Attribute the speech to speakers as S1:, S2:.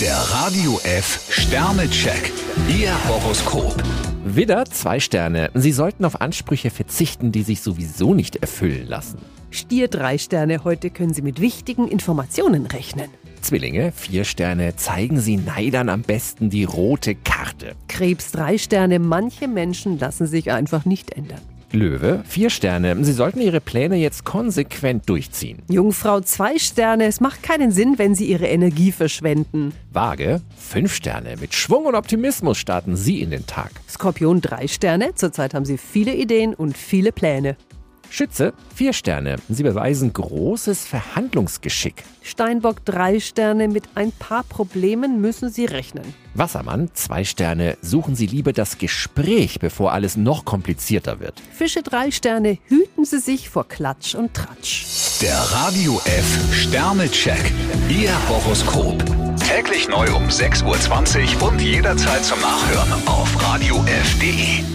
S1: Der Radio F Sternecheck. Ihr Horoskop.
S2: Widder, zwei Sterne. Sie sollten auf Ansprüche verzichten, die sich sowieso nicht erfüllen lassen.
S3: Stier drei Sterne, heute können Sie mit wichtigen Informationen rechnen.
S2: Zwillinge, vier Sterne. Zeigen Sie Neidern am besten die rote Karte.
S3: Krebs drei Sterne, manche Menschen lassen sich einfach nicht ändern.
S2: Löwe, vier Sterne. Sie sollten Ihre Pläne jetzt konsequent durchziehen.
S3: Jungfrau zwei Sterne, es macht keinen Sinn, wenn Sie Ihre Energie verschwenden.
S2: Waage, fünf Sterne. Mit Schwung und Optimismus starten Sie in den Tag.
S3: Skorpion drei Sterne, zurzeit haben Sie viele Ideen und viele Pläne.
S2: Schütze, vier Sterne. Sie beweisen großes Verhandlungsgeschick.
S3: Steinbock drei Sterne, mit ein paar Problemen müssen Sie rechnen.
S2: Wassermann, zwei Sterne. Suchen Sie lieber das Gespräch, bevor alles noch komplizierter wird.
S3: Fische drei Sterne, hüten Sie sich vor Klatsch und Tratsch.
S1: Der Radio F Sternecheck. Ihr Horoskop. Täglich neu um 6.20 Uhr und jederzeit zum Nachhören auf Radio radiof.de.